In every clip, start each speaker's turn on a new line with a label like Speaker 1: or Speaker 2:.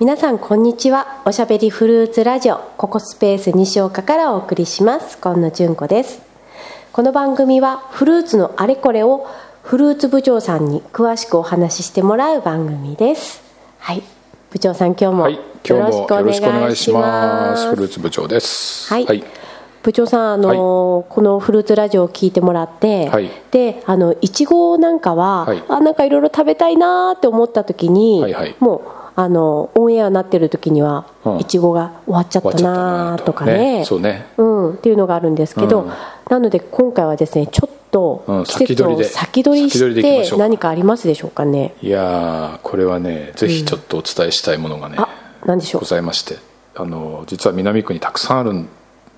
Speaker 1: 皆さんこんにちはおしゃべりフルーツラジオここスペース西岡からお送りします今野純子ですこの番組はフルーツのあれこれをフルーツ部長さんに詳しくお話ししてもらう番組ですはい部長さん今日も
Speaker 2: はい
Speaker 1: よ、
Speaker 2: 今
Speaker 1: ろ
Speaker 2: 日
Speaker 1: し
Speaker 2: も
Speaker 1: くお願
Speaker 2: よろしくお願
Speaker 1: い
Speaker 2: い
Speaker 1: し
Speaker 2: し
Speaker 1: ま
Speaker 2: ます。
Speaker 1: す
Speaker 2: フルーツ部長です。
Speaker 1: はい
Speaker 2: はい、
Speaker 1: 部長さんあのー、このフルーツラジオを聞いてもらって、
Speaker 2: はい
Speaker 1: であのいちごなんかは、
Speaker 2: はい
Speaker 1: あなんかいろいろ食べたいなーって思った時に、
Speaker 2: はいはい
Speaker 1: もうあのオンエアになってる時には、
Speaker 2: うん
Speaker 1: いちごが終わっちゃった
Speaker 2: 終わっちゃ
Speaker 1: なー
Speaker 2: ったなー
Speaker 1: と
Speaker 2: と
Speaker 1: かね
Speaker 2: ねそうね
Speaker 1: ん、っていうのがあるんですけど、
Speaker 2: うん
Speaker 1: なので今回はですねちょっと
Speaker 2: うん
Speaker 1: 季節を先
Speaker 2: 先
Speaker 1: 取
Speaker 2: 取
Speaker 1: り
Speaker 2: りで
Speaker 1: し
Speaker 2: 先取りでい
Speaker 1: て
Speaker 2: きましょうか
Speaker 1: 何かありますでしょうかね
Speaker 2: いやーこれはねぜひちょっとお伝えしたいものがね、
Speaker 1: あ何でしょう
Speaker 2: ございましてあの実は南区にたくさんあるん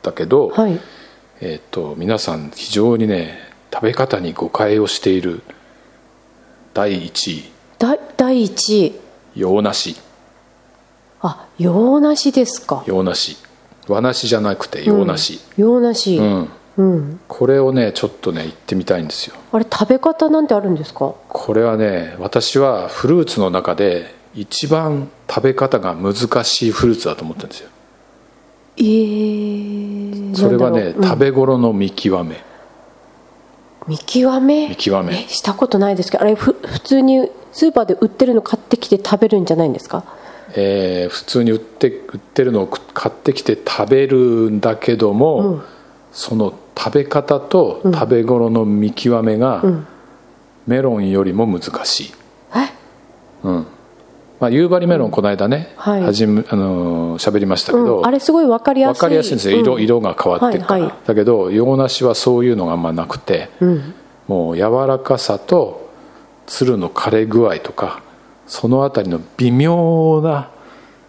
Speaker 2: だけど、
Speaker 1: はい
Speaker 2: えっ、と皆さん非常にね食べ方に誤解をしている第一位
Speaker 1: だ第1位
Speaker 2: 洋梨
Speaker 1: あ洋梨ですか
Speaker 2: 洋梨和梨じゃなくて洋梨、
Speaker 1: 洋梨、
Speaker 2: うん
Speaker 1: うん、
Speaker 2: これをねちょっとね言ってみたいんですよ
Speaker 1: あれ食べ方なんてあるんですか
Speaker 2: これはね私はフルーツの中で一番食べ方が難しいフルーツだと思ってるんですよ
Speaker 1: えー、
Speaker 2: それは
Speaker 1: な
Speaker 2: ね
Speaker 1: ん、だろううん
Speaker 2: 食べ頃の見極め
Speaker 1: 見極め
Speaker 2: 見極め
Speaker 1: えしたことないですけどあれふ普通にスーパーで売ってるの買ってきて食べるんじゃないんですか
Speaker 2: えー普通に売って売ってるのを買ってきて食べるんだけども、その食べ方と食べ頃の見極めがメロンよりも難しい、
Speaker 1: え
Speaker 2: まあ、夕張メロンこの間ね、
Speaker 1: はい
Speaker 2: はじめあのー喋りましたけど、
Speaker 1: うん、あれすごい分かりやすい
Speaker 2: わかりやすいんですよ、色
Speaker 1: うん
Speaker 2: 色が変わってるから、
Speaker 1: はいはい
Speaker 2: だけど洋梨はそういうのがあんまなくて、もう柔らかさとつるの枯れ具合とかそのあたりの微妙な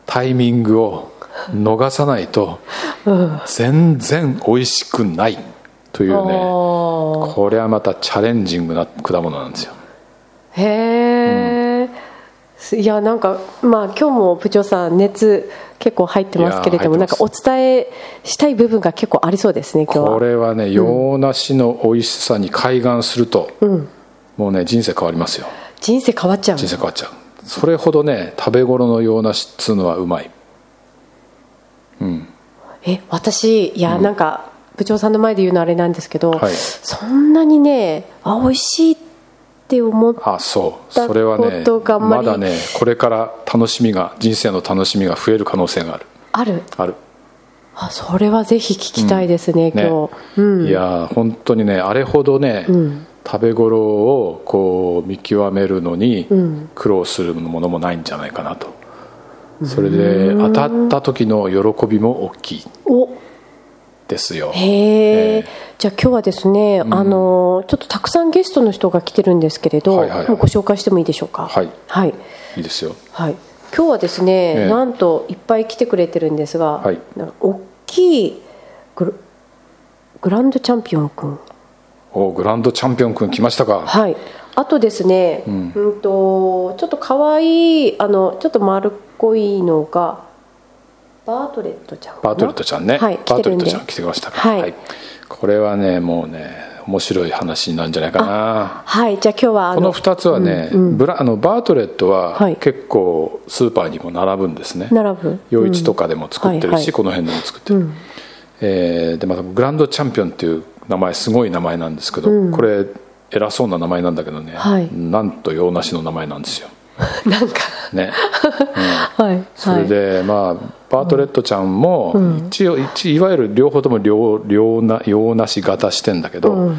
Speaker 2: タイミングを逃さないと全然美味しくないというね
Speaker 1: あー
Speaker 2: これはまたチャレンジングな果物なんですよ
Speaker 1: へえ、すいやなんかまあ今日も部長さん熱結構入ってますけれども
Speaker 2: い
Speaker 1: なん
Speaker 2: やー入って
Speaker 1: か
Speaker 2: ます
Speaker 1: お伝えしたい部分が結構ありそうですね今日は
Speaker 2: これはね洋梨の美味しさに開眼すると、もうね人生変わりますよ
Speaker 1: 人生変わっちゃう
Speaker 2: 人生変わっちゃうそれほどね食べ頃の洋梨っつうのはうまい
Speaker 1: え私いや、なんか部長さんの前で言うのあれなんですけど、
Speaker 2: はい
Speaker 1: そんなにねあ美味しいって思っ
Speaker 2: あそうそれは
Speaker 1: だ
Speaker 2: ね
Speaker 1: ことがあんま
Speaker 2: ま
Speaker 1: り
Speaker 2: だねこれから楽しみが人生の楽しみが増える可能性がある
Speaker 1: ある
Speaker 2: ある
Speaker 1: あそれはぜひ聞きたいですね、
Speaker 2: ね
Speaker 1: 今日、うん、
Speaker 2: いやー本当にねあれほどね、食べ頃をこう見極めるのに苦労するものもないんじゃないかなとそれで当たった時の喜びも大きい
Speaker 1: お
Speaker 2: ですよ
Speaker 1: へえ
Speaker 2: えー
Speaker 1: じゃあ今日はですね、あのちょっとたくさんゲストの人が来てるんですけれど、
Speaker 2: はいはいはい
Speaker 1: もうご紹介してもいいでしょうか
Speaker 2: はい
Speaker 1: はい、
Speaker 2: いいですよ
Speaker 1: はい今日はですね、
Speaker 2: ええ
Speaker 1: なんといっぱい来てくれてるんですが、
Speaker 2: はい
Speaker 1: な大きいグルグランドチャンピオン君
Speaker 2: おグランドチャンピオン君来ましたか
Speaker 1: はい、あとですね、うん、とちょっと可愛いあのちょっと丸っこいのがバートレットちゃんかな
Speaker 2: バートレットちゃんね、
Speaker 1: はい、
Speaker 2: バートレッ
Speaker 1: 来て
Speaker 2: トち
Speaker 1: る
Speaker 2: ゃ
Speaker 1: ん
Speaker 2: ん
Speaker 1: で
Speaker 2: 来てきましたね
Speaker 1: はい
Speaker 2: これはねもうね面白い話になるんじゃないかな
Speaker 1: はいじゃあ今日はあ
Speaker 2: こ
Speaker 1: の
Speaker 2: の2つはね、ブラあのバートレットは
Speaker 1: はい
Speaker 2: 結構スーパーにも並ぶんですね
Speaker 1: 並ぶ
Speaker 2: 余市とかでも作ってるし、
Speaker 1: はいはい
Speaker 2: この辺でも作ってる、えーでまたグランドチャンピオンっていう名前すごい名前なんですけど、これ偉そうな名前なんだけどね、
Speaker 1: はい
Speaker 2: なんと洋梨の名前なんですよ
Speaker 1: なんか、
Speaker 2: ね
Speaker 1: はい
Speaker 2: それで、まあバートレットちゃんも、一応一いわゆる両方とも両両な洋梨型してんだけど、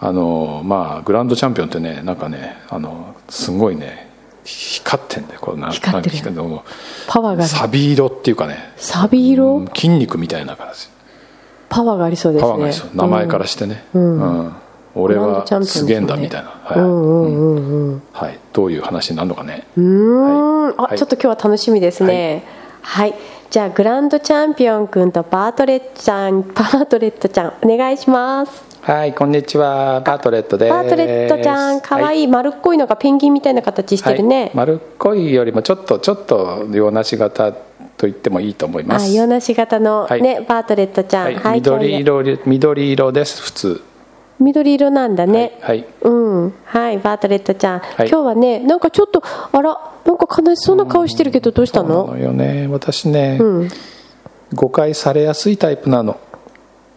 Speaker 2: あのまあグランドチャンピオンってねなんかねあのすごいね光ってんだよこうな
Speaker 1: 光ってる
Speaker 2: なんかも
Speaker 1: パワー
Speaker 2: う
Speaker 1: がある
Speaker 2: サビ色っていうかね
Speaker 1: サビ色、
Speaker 2: うん筋肉みたいな感じ
Speaker 1: パワーがありそうです
Speaker 2: パ
Speaker 1: ね
Speaker 2: ワーがありそう名前からしてね、うん俺
Speaker 1: グランド
Speaker 2: は
Speaker 1: チャンピオンです
Speaker 2: す
Speaker 1: ね
Speaker 2: げえんだみたいな、はいうんはい、どういう話になるのかね、
Speaker 1: うん
Speaker 2: はいは
Speaker 1: あ
Speaker 2: い
Speaker 1: ちょっと今日は楽しみですねはい、じゃあグランドチャンピオン君とバートレットちゃんバートレットちゃんお願いします
Speaker 3: はい、こんにちは。バートレットです。
Speaker 1: バートレットちゃんかわ
Speaker 3: はい
Speaker 1: い、丸っこいのがペンギンみたいな形してるね、
Speaker 3: はい丸っこいよりもちょっとちょっと洋梨型と言ってもいいと思いま
Speaker 1: あ
Speaker 3: す。
Speaker 1: 洋梨型の
Speaker 3: はい
Speaker 1: ね、バートレットちゃん、
Speaker 3: はい、緑
Speaker 1: キャリア
Speaker 3: 色緑色です普通。
Speaker 1: 緑色なんだね。
Speaker 2: はい
Speaker 1: うん、はい、バートレットちゃん、
Speaker 2: い
Speaker 1: 今日はね、なんかちょっと、あら、なんか悲しそうな顔してるけど、どうした
Speaker 2: そうな
Speaker 1: の。
Speaker 2: のよね私ね、
Speaker 1: うん、
Speaker 2: 誤解されやすいタイプなの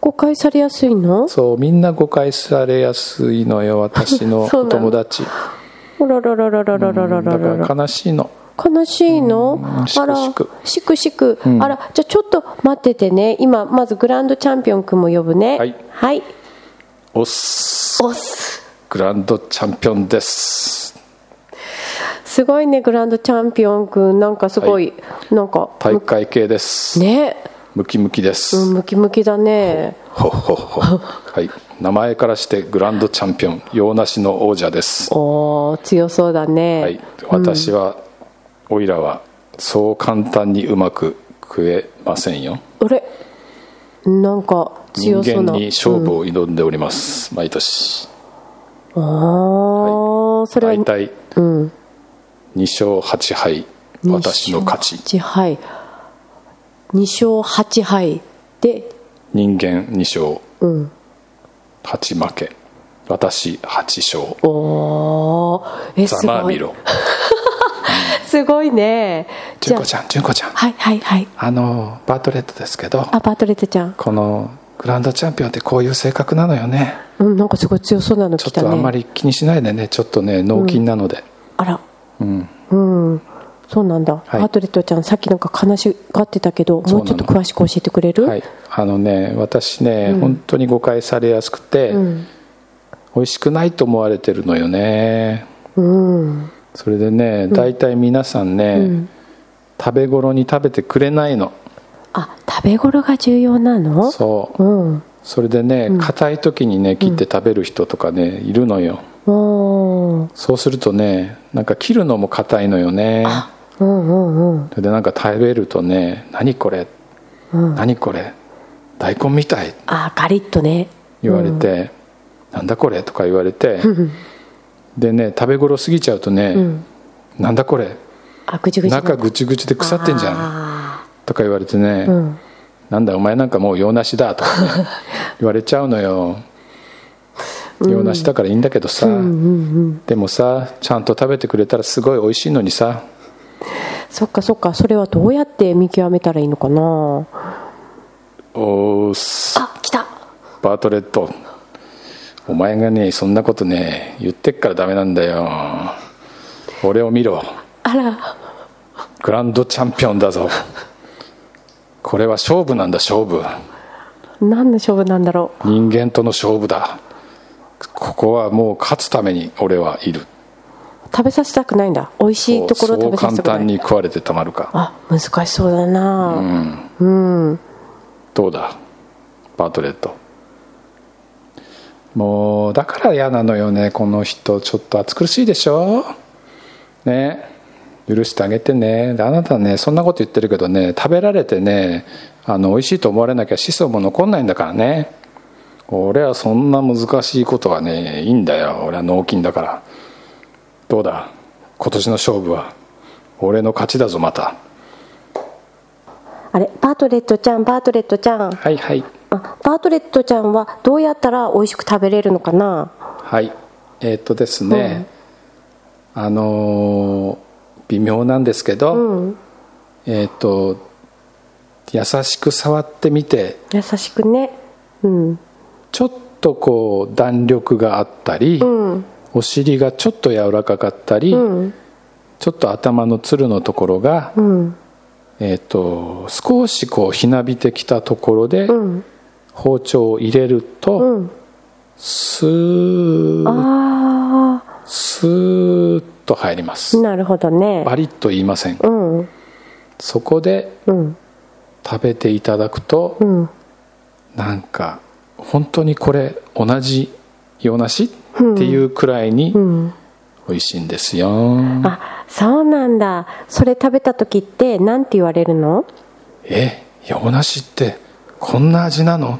Speaker 1: 誤解されやすいの。
Speaker 2: そうみんな誤解されやすいのよ私の お
Speaker 1: そうなの
Speaker 2: 友達
Speaker 1: あらららららららら
Speaker 2: だ
Speaker 1: らら。
Speaker 2: から悲しいの
Speaker 1: 悲しいの
Speaker 2: うんし
Speaker 1: あ
Speaker 2: く
Speaker 1: ら
Speaker 2: しく
Speaker 1: しくしく、あらじゃあちょっと待っててね今まずグランドチャンピオン君も呼ぶね
Speaker 2: はい
Speaker 1: はい、
Speaker 2: おっす
Speaker 1: おっす
Speaker 2: グランドチャンピオンです
Speaker 1: すごいねグランドチャンピオン君なんかすごい、なんか
Speaker 2: 体育会系です、
Speaker 1: ね
Speaker 2: ムキムキです、
Speaker 1: ムキムキだね
Speaker 2: ほっほっほはい名前からしてグランドチャンピオン洋梨の王者です
Speaker 1: おー強そうだね、
Speaker 2: はい私は、オイラはそう簡単にうまく食えませんよ
Speaker 1: あれなんか
Speaker 2: 人
Speaker 1: 強そう
Speaker 2: 間
Speaker 1: な
Speaker 2: に勝負を挑んでおります、毎年
Speaker 1: ああ、それは
Speaker 2: 大体
Speaker 1: うん
Speaker 2: 2勝8敗私の勝ち
Speaker 1: 2勝8敗2勝8敗で
Speaker 2: 人間2勝
Speaker 1: うん
Speaker 2: 8負け私8勝
Speaker 1: おーえす
Speaker 2: ざまあ
Speaker 1: ご
Speaker 2: み
Speaker 1: い
Speaker 2: ろ
Speaker 1: すごいねじ
Speaker 2: 純
Speaker 1: ゃあ
Speaker 2: 子ちゃん純子ちゃん
Speaker 1: はいはいはい
Speaker 2: あのバートレットですけど
Speaker 1: あバートレットちゃん、
Speaker 2: このグランドチャンピオンってこういう性格なのよね
Speaker 1: うん、なんかすごい強そうなの
Speaker 2: ちょ
Speaker 1: 来
Speaker 2: った
Speaker 1: ね
Speaker 2: とあんまり気にしないでねちょっとね脳筋なので、
Speaker 1: あらうん、そうなんだ、
Speaker 2: はい
Speaker 1: バートレットちゃんさっきなんか悲しがってたけど
Speaker 2: うな
Speaker 1: も
Speaker 2: の
Speaker 1: うちょっと詳しく教えてくれる、
Speaker 2: はいあのね私ね、本当に誤解されやすくて、美味しくないと思われてるのよね
Speaker 1: うん
Speaker 2: それでね大体皆さんね、食べ頃に食べてくれないの
Speaker 1: あ食べ頃が重要なの
Speaker 2: そう
Speaker 1: うん
Speaker 2: それでね硬い時にね切って食べる人とかねいるのよ
Speaker 1: おー
Speaker 2: そうするとねなんか切るのも硬いのよね
Speaker 1: うんうんうん
Speaker 2: それでなんか食べるとね「何これ、何これ大根みたい」
Speaker 1: あガリッとね
Speaker 2: 言われて「なんだこれ?」とか言われてでね食べ頃過ぎちゃうとね「なんだこれ
Speaker 1: あぐちぐち
Speaker 2: 中ぐちぐちで腐ってんじゃん」
Speaker 1: あ
Speaker 2: とか言われてね「なんだお前なんかもう洋梨だ」とか ね言われちゃうのよ洋梨だからいいんだけどさでもさちゃんと食べてくれたらすごい美味しいのにさ
Speaker 1: ーそっかそっかそれはどうやって見極めたらいいのかな
Speaker 2: 「おーす
Speaker 1: あ来た
Speaker 2: バートレットお前がねそんなことね言ってっからダメなんだよ俺を見ろ」
Speaker 1: あら
Speaker 2: グランドチャンピオンだぞこれは勝負なんだ勝負
Speaker 1: 何の勝負なんだろう
Speaker 2: 人間との勝負だここはもう勝つために俺はいる
Speaker 1: 食べさせたくないんだ美味しいところを
Speaker 2: そ
Speaker 1: 食
Speaker 2: う
Speaker 1: べさせ
Speaker 2: 簡
Speaker 1: たくない
Speaker 2: 単に食われてたまるか
Speaker 1: あ難しそうだな、
Speaker 2: どうだバートレットもうだから嫌なのよねこの人ちょっと暑苦しいでしょね許してあげてねであなたねそんなこと言ってるけどね食べられてねあの美味しいと思われなきゃ子孫も残んないんだからね俺はそんな難しいことはねいいんだよ俺は脳筋だからどうだ今年の勝負は俺の勝ちだぞまた
Speaker 1: あれバートレットちゃんバートレットちゃんあ
Speaker 2: はいはい
Speaker 1: バートレットちゃんはどうやったら美味しく食べれるのかな
Speaker 2: はいえーっとですね、あのー微妙なんですけど、えーっと優しく触ってみて
Speaker 1: 優しくねうん
Speaker 2: ちょっとこう弾力があったり、お尻がちょっと柔らかかったり、ちょっと頭のつるのところが、えーっと少しこうひなびてきたところで、包丁を入れると、スーッ
Speaker 1: あ
Speaker 2: スーッと入ります
Speaker 1: あなるほどね
Speaker 2: バリッと言いません
Speaker 1: うん
Speaker 2: そこで
Speaker 1: うん
Speaker 2: 食べていただくと、
Speaker 1: ん
Speaker 2: なんか本当にこれ同じ洋梨っていうくらいに美味しいんですよ、
Speaker 1: あそうなんだそれ食べた時って何て言われるの
Speaker 2: え洋梨ってこんな味なのっ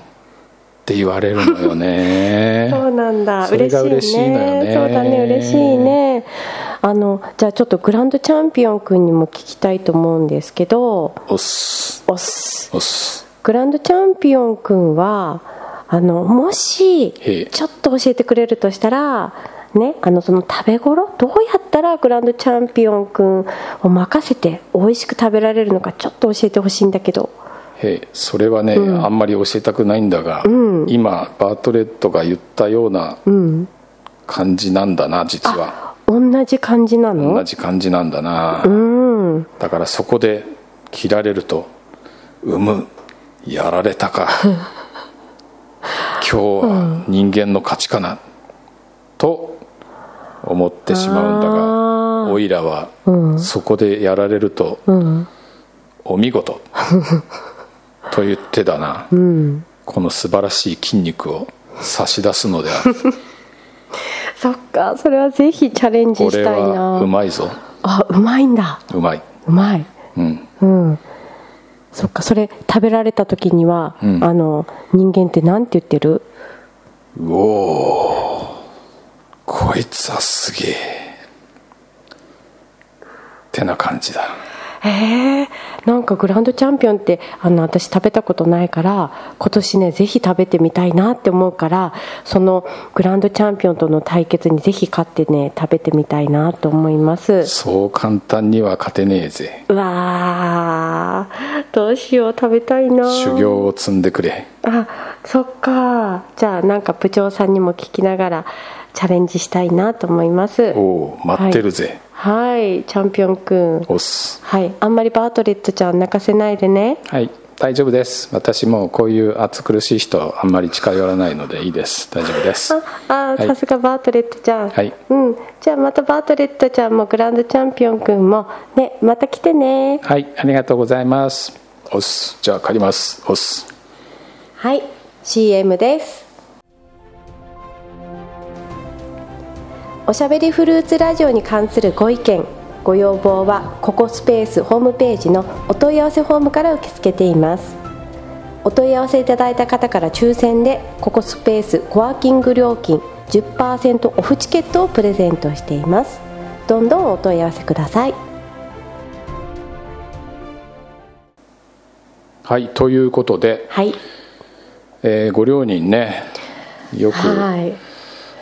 Speaker 2: て言われるのよ
Speaker 1: そう
Speaker 2: ね
Speaker 1: なんだ
Speaker 2: それが
Speaker 1: 嬉しいね
Speaker 2: 嬉しいのよね
Speaker 1: そうだね嬉しいねあのじゃあちょっとグランドチャンピオン君にも聞きたいと思うんですけど
Speaker 2: おっす
Speaker 1: おっす
Speaker 2: おっす
Speaker 1: グランドチャンピオン君はあのもし
Speaker 2: へえ
Speaker 1: ちょっと教えてくれるとしたらねあのその食べ頃どうやったらグランドチャンピオンくんを任せて美味しく食べられるのかちょっと教えてほしいんだけど
Speaker 2: ええそれはね、あんまり教えたくないんだが、今バートレットが言ったような感じなんだな実は
Speaker 1: 同じ感じなの
Speaker 2: 同じ感じなんだな、だからそこで切られると「うむやられ たか今日は人間の勝ちかな」と思ってしまうんだがおいらはそこでやられると「お 見事」と言ってだな、この素晴らしい筋肉を差し出すの である
Speaker 1: そっかそれはぜひチャレンジ
Speaker 2: こ
Speaker 1: し
Speaker 2: れ
Speaker 1: たい
Speaker 2: はう
Speaker 1: な
Speaker 2: まいぞ
Speaker 1: あうまいんだ
Speaker 2: うまいう
Speaker 1: まい
Speaker 2: うん
Speaker 1: うんそっかそれ食べられた時には、
Speaker 2: ん
Speaker 1: あの人間ってなんて言ってる
Speaker 2: うおーこいつはすげえってな感じだ
Speaker 1: へえなんかグランドチャンピオンってあの私食べたことないから今年ねぜひ食べてみたいなって思うからそのグランドチャンピオンとの対決にぜひ勝ってね食べてみたいなと思います
Speaker 2: そう簡単には勝てねえぜ
Speaker 1: うわーどうしよう食べたいな
Speaker 2: 修行を積んでくれ
Speaker 1: あそっかじゃあなんか部長さんにも聞きながらチャレンジしたいなと思います
Speaker 2: おお待ってるぜ、
Speaker 1: はいチャンピオンくん
Speaker 2: おっす
Speaker 1: はいあんまりバートレットちゃん泣かせないでね
Speaker 2: はい大丈夫です私もこういう暑苦しい人あんまり近寄らないのでいいです大丈夫です
Speaker 1: ああ
Speaker 2: はい
Speaker 1: さすがバートレットちゃん、
Speaker 2: はい
Speaker 1: うん、じゃあまたバートレットちゃんもグランドチャンピオンくんもねまた来てね
Speaker 2: はいありがとうございますおっすじゃあ帰りますおっす
Speaker 1: はい CM ですおしゃべりフルーツラジオに関するご意見ご要望はここスペースホームページのお問い合わせフォームから受け付けていますお問い合わせいただいた方から抽選でここスペースコワーキング料金10%オフチケットをプレゼントしていますどんどんお問い合わせください
Speaker 2: はいということで、
Speaker 1: はい
Speaker 2: えーご両人ねよく
Speaker 1: はい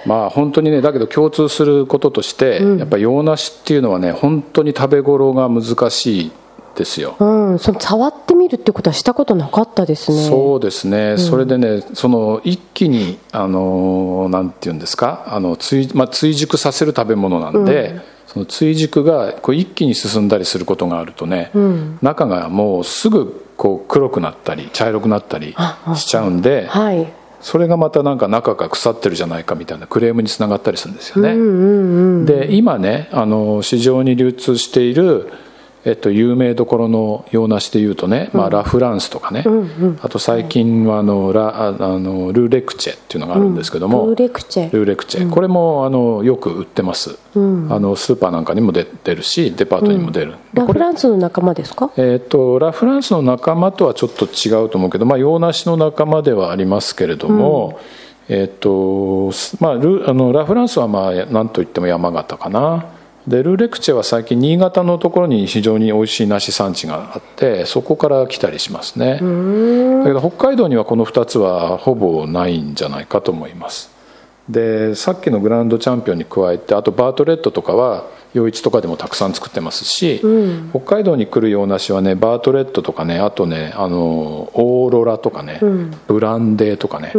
Speaker 2: まあ本当にねだけど共通することとして、やっぱ洋梨っていうのはね本当に食べ頃が難しいですよ、
Speaker 1: うん、その触ってみるってことはしたことなかったですね
Speaker 2: そうですね、それでねその一気にあのなんて言うんですかあの追,、まあ、追熟させる食べ物なんで、その追熟がこう一気に進んだりすることがあるとね、中がもうすぐこう黒くなったり茶色くなったりしちゃうんで、
Speaker 1: はい
Speaker 2: それがまたなんか中が腐ってるじゃないかみたいなクレームにつながったりするんですよね。で今ねあの市場に流通している、えっと、有名どころの洋梨でいうとね、まあ、ラ・フランスとかね、あと最近はあのラああのルーレクチェっていうのがあるんですけども、
Speaker 1: ルーレクチェ
Speaker 2: ルーレクチェこれもあのよく売ってます、あのスーパーなんかにも出出るしデパートにも出る、
Speaker 1: ラ・フランスの仲間ですか
Speaker 2: えー、とラ・フランスの仲間とはちょっと違うと思うけど、まあ、洋梨の仲間ではありますけれども、えーとすまあ、ルあのラ・フランスはまあ何といっても山形かなでル・レクチェは最近新潟のところに非常に美味しい梨産地があってそこから来たりしますねだけど北海道にはこの2つはほぼないんじゃないかと思いますでさっきのグランドチャンピオンに加えてあとバートレットとかは洋一とかでもたくさん作ってますし、北海道に来る洋梨はねバートレットとかねあとねあのオーロラとかね、ブランデーとかね、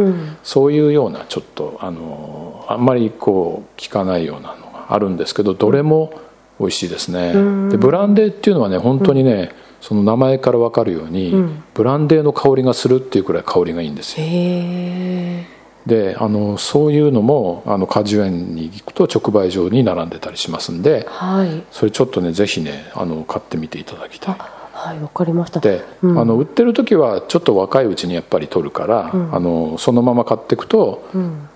Speaker 2: そういうようなちょっとあのあんまりこう聞かないようなのがあるんですけどどれも美味しいですね、でブランデーっていうのはね本当にね、その名前から分かるように、ブランデーの香りがするっていうくらい香りがいいんですよ
Speaker 1: へえ
Speaker 2: であのそういうのもあの果樹園に行くと直売所に並んでたりしますんで
Speaker 1: はい
Speaker 2: それちょっとねぜひねあの買ってみていただきたい
Speaker 1: はいわかりました
Speaker 2: で、あの売ってる時はちょっと若いうちにやっぱり取るから、あのそのまま買っていくと,、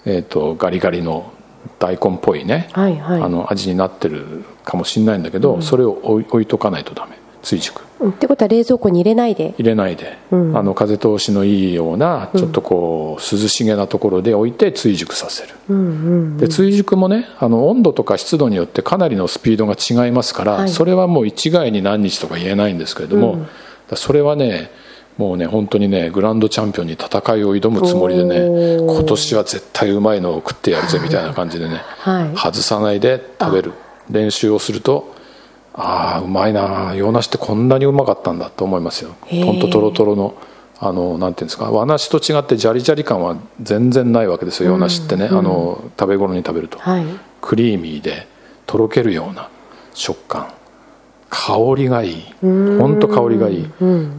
Speaker 2: えー、とガリガリの大根っぽいね、
Speaker 1: はいはい
Speaker 2: あの味になってるかもしれないんだけど、それを置い置いとかないとダメ追熟
Speaker 1: うんってことは冷蔵庫に入れないで
Speaker 2: 入れないで、あの風通しのいいようなちょっとこう涼しげなところで置いて追熟させる、で追熟もねあの温度とか湿度によってかなりのスピードが違いますから、
Speaker 1: い
Speaker 2: それはもう一概に何日とか言えないんですけれども、だからそれはねもうね本当にねグランドチャンピオンに戦いを挑むつもりでね
Speaker 1: おー
Speaker 2: 今年は絶対うまいのを食ってやるぜみたいな感じでね、
Speaker 1: はい
Speaker 2: 外さないで食べる練習をするとああうまいな洋梨ってこんなにうまかったんだと思いますよ
Speaker 1: へー
Speaker 2: ほんとトロトロのあのなんていうんですか和梨と違ってジャリジャリ感は全然ないわけですよ洋梨ってね、あの食べ頃に食べると、
Speaker 1: はい
Speaker 2: クリーミーでとろけるような食感香りがいいほんと香りがいい、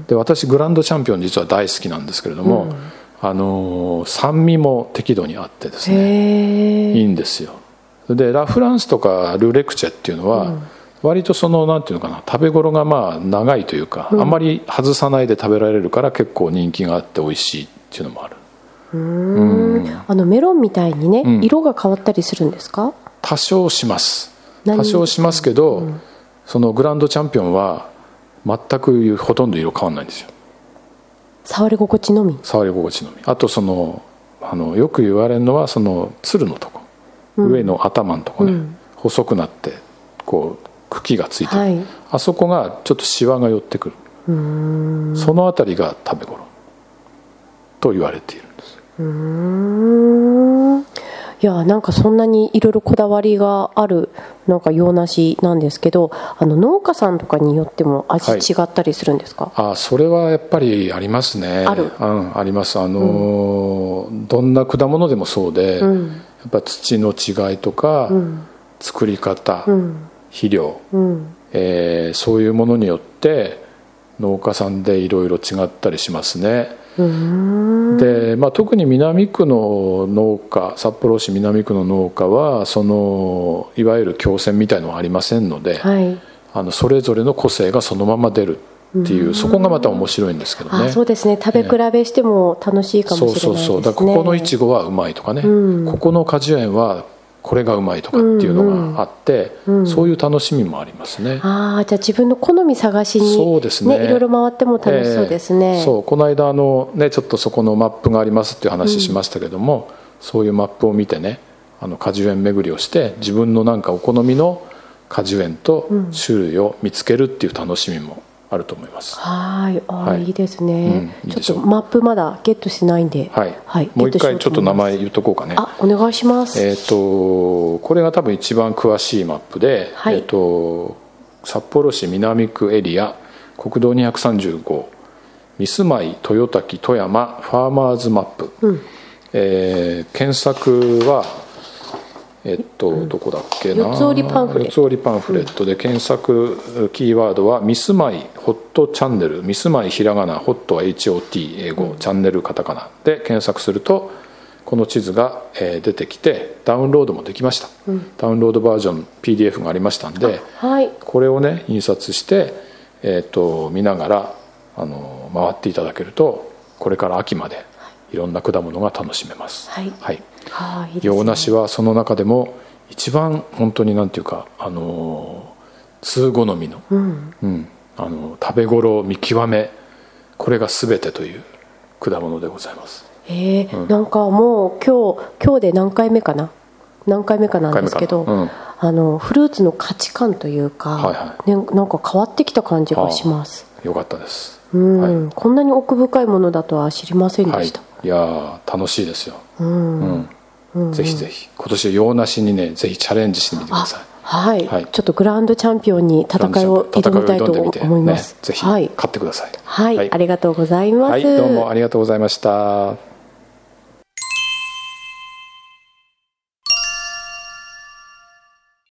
Speaker 2: で私グランドチャンピオン実は大好きなんですけれども、あのー酸味も適度にあってですね
Speaker 1: へえ
Speaker 2: いいんですよでラ・フランスとかル・レクチェっていうのは、割とそのなんていうのかな食べ頃がまあ長いというか、あまり外さないで食べられるから結構人気があって美味しいっていうのもある
Speaker 1: あのメロンみたいにね、
Speaker 2: ん
Speaker 1: 色が変わったりするんですか
Speaker 2: 多少します
Speaker 1: 何
Speaker 2: 多少しますけど、そのグランドチャンピオンは全くほとんど色変わんないんですよ
Speaker 1: 触り心地のみ
Speaker 2: 触り心地のみあとそのあのよく言われるのはそのつるのとこ、上の頭のとこね、細くなってこう茎がついてる、
Speaker 1: はい
Speaker 2: あそこがちょっとシワが寄ってくるそのあたりが食べ頃と言われているんです
Speaker 1: うんいやなんかそんなにいろいろこだわりがあるなんか洋梨なんですけどあの農家さんとかによっても味
Speaker 2: はい
Speaker 1: 違ったりするんですか、
Speaker 2: あそれはやっぱりありますね
Speaker 1: ある
Speaker 2: うん、ありますあのー、どんな果物でもそうで、
Speaker 1: ん
Speaker 2: やっぱ土の違いとか、作り方、
Speaker 1: うん
Speaker 2: 肥料、
Speaker 1: うん
Speaker 2: えーそういうものによって農家さんでいろいろ違ったりしますねで、まあ、特に南区の農家札幌市南区の農家はそのいわゆる共選みたいのはありませんので、
Speaker 1: はい
Speaker 2: あのそれぞれの個性がそのまま出るっていうそこがまた面白いんですけど
Speaker 1: あ
Speaker 2: ね
Speaker 1: そうですね食べ比べしても楽しいかもしれないです
Speaker 2: そう
Speaker 1: ね
Speaker 2: そうそうだからここのいちごはうまいとかね、ここの果樹園はこれがうまいとかっていうのがあって、そういう楽しみもありますね、
Speaker 1: ああじゃあ自分の好み探しに
Speaker 2: そうですね
Speaker 1: いろいろ回っても楽しそうですね、
Speaker 2: ええそうこの間あの、ね、ちょっとそこのマップがありますっていう話しましたけども、そういうマップを見てねあの果樹園巡りをして自分のなんかお好みの果樹園と種類を見つけるっていう楽しみもあると思います、
Speaker 1: はーい、あー
Speaker 2: はい
Speaker 1: い、いですね、
Speaker 2: うんいいで
Speaker 1: ち
Speaker 2: し
Speaker 1: ょ
Speaker 2: ょ
Speaker 1: っ
Speaker 2: う
Speaker 1: とマップまだゲットしてないんで、
Speaker 2: はい、
Speaker 1: ゲ
Speaker 2: もう
Speaker 1: ット
Speaker 2: 一
Speaker 1: しよ
Speaker 2: 回ちょっと名
Speaker 1: 思い
Speaker 2: 前言っとこうかね
Speaker 1: ますあ、お願いします。
Speaker 2: えー、とこれが多分一番詳しいマップで、
Speaker 1: はい
Speaker 2: えー、と札幌市南区エリア国道230号三住まい豊滝富山ファーマーズマップ、えー検索はえっ、と、どこだっけな
Speaker 1: 四つ折りパンフレット
Speaker 2: 四つ折りパンフレットで検索キーワードは「ミスマイホットチャンネル」「ミスマイひらがなホットは HOT 英語、チャンネルカタカナ」で検索するとこの地図が、えー出てきてダウンロードもできました、ダウンロードバージョン PDF がありましたんで
Speaker 1: はい、
Speaker 2: これをね印刷して、えー、と見ながらあの回っていただけるとこれから秋までいろんな果物が楽しめます。
Speaker 1: はい
Speaker 2: はい
Speaker 1: はーいいですね
Speaker 2: 洋梨はその中でも一番本当になんていうか、あのー通好みの、
Speaker 1: うん、
Speaker 2: うんあのー食べ頃見極めこれが全てという果物でございます
Speaker 1: えーなんかもう今日今日で何回目かな、何回目かなんですけど、
Speaker 2: 何回目か
Speaker 1: あのフルーツの価値観というか、
Speaker 2: はいは
Speaker 1: ね、なんか変わってきた感じがします。
Speaker 2: よかったです
Speaker 1: うん、こんなに奥深いものだとは知りません
Speaker 2: は
Speaker 1: で
Speaker 2: い
Speaker 1: した。
Speaker 2: いやー楽しいですよ、
Speaker 1: うん、
Speaker 2: うんぜひぜひ今年は洋梨にねぜひチャレンジしてみてください
Speaker 1: はい、
Speaker 2: はい
Speaker 1: ちょっとグランドチャンピオンに戦いを挑みたいと思います。
Speaker 2: ね、ぜひ
Speaker 1: はい
Speaker 2: 買ってください
Speaker 1: はい、ありがとうございます。
Speaker 2: はい、どうもありがとうございました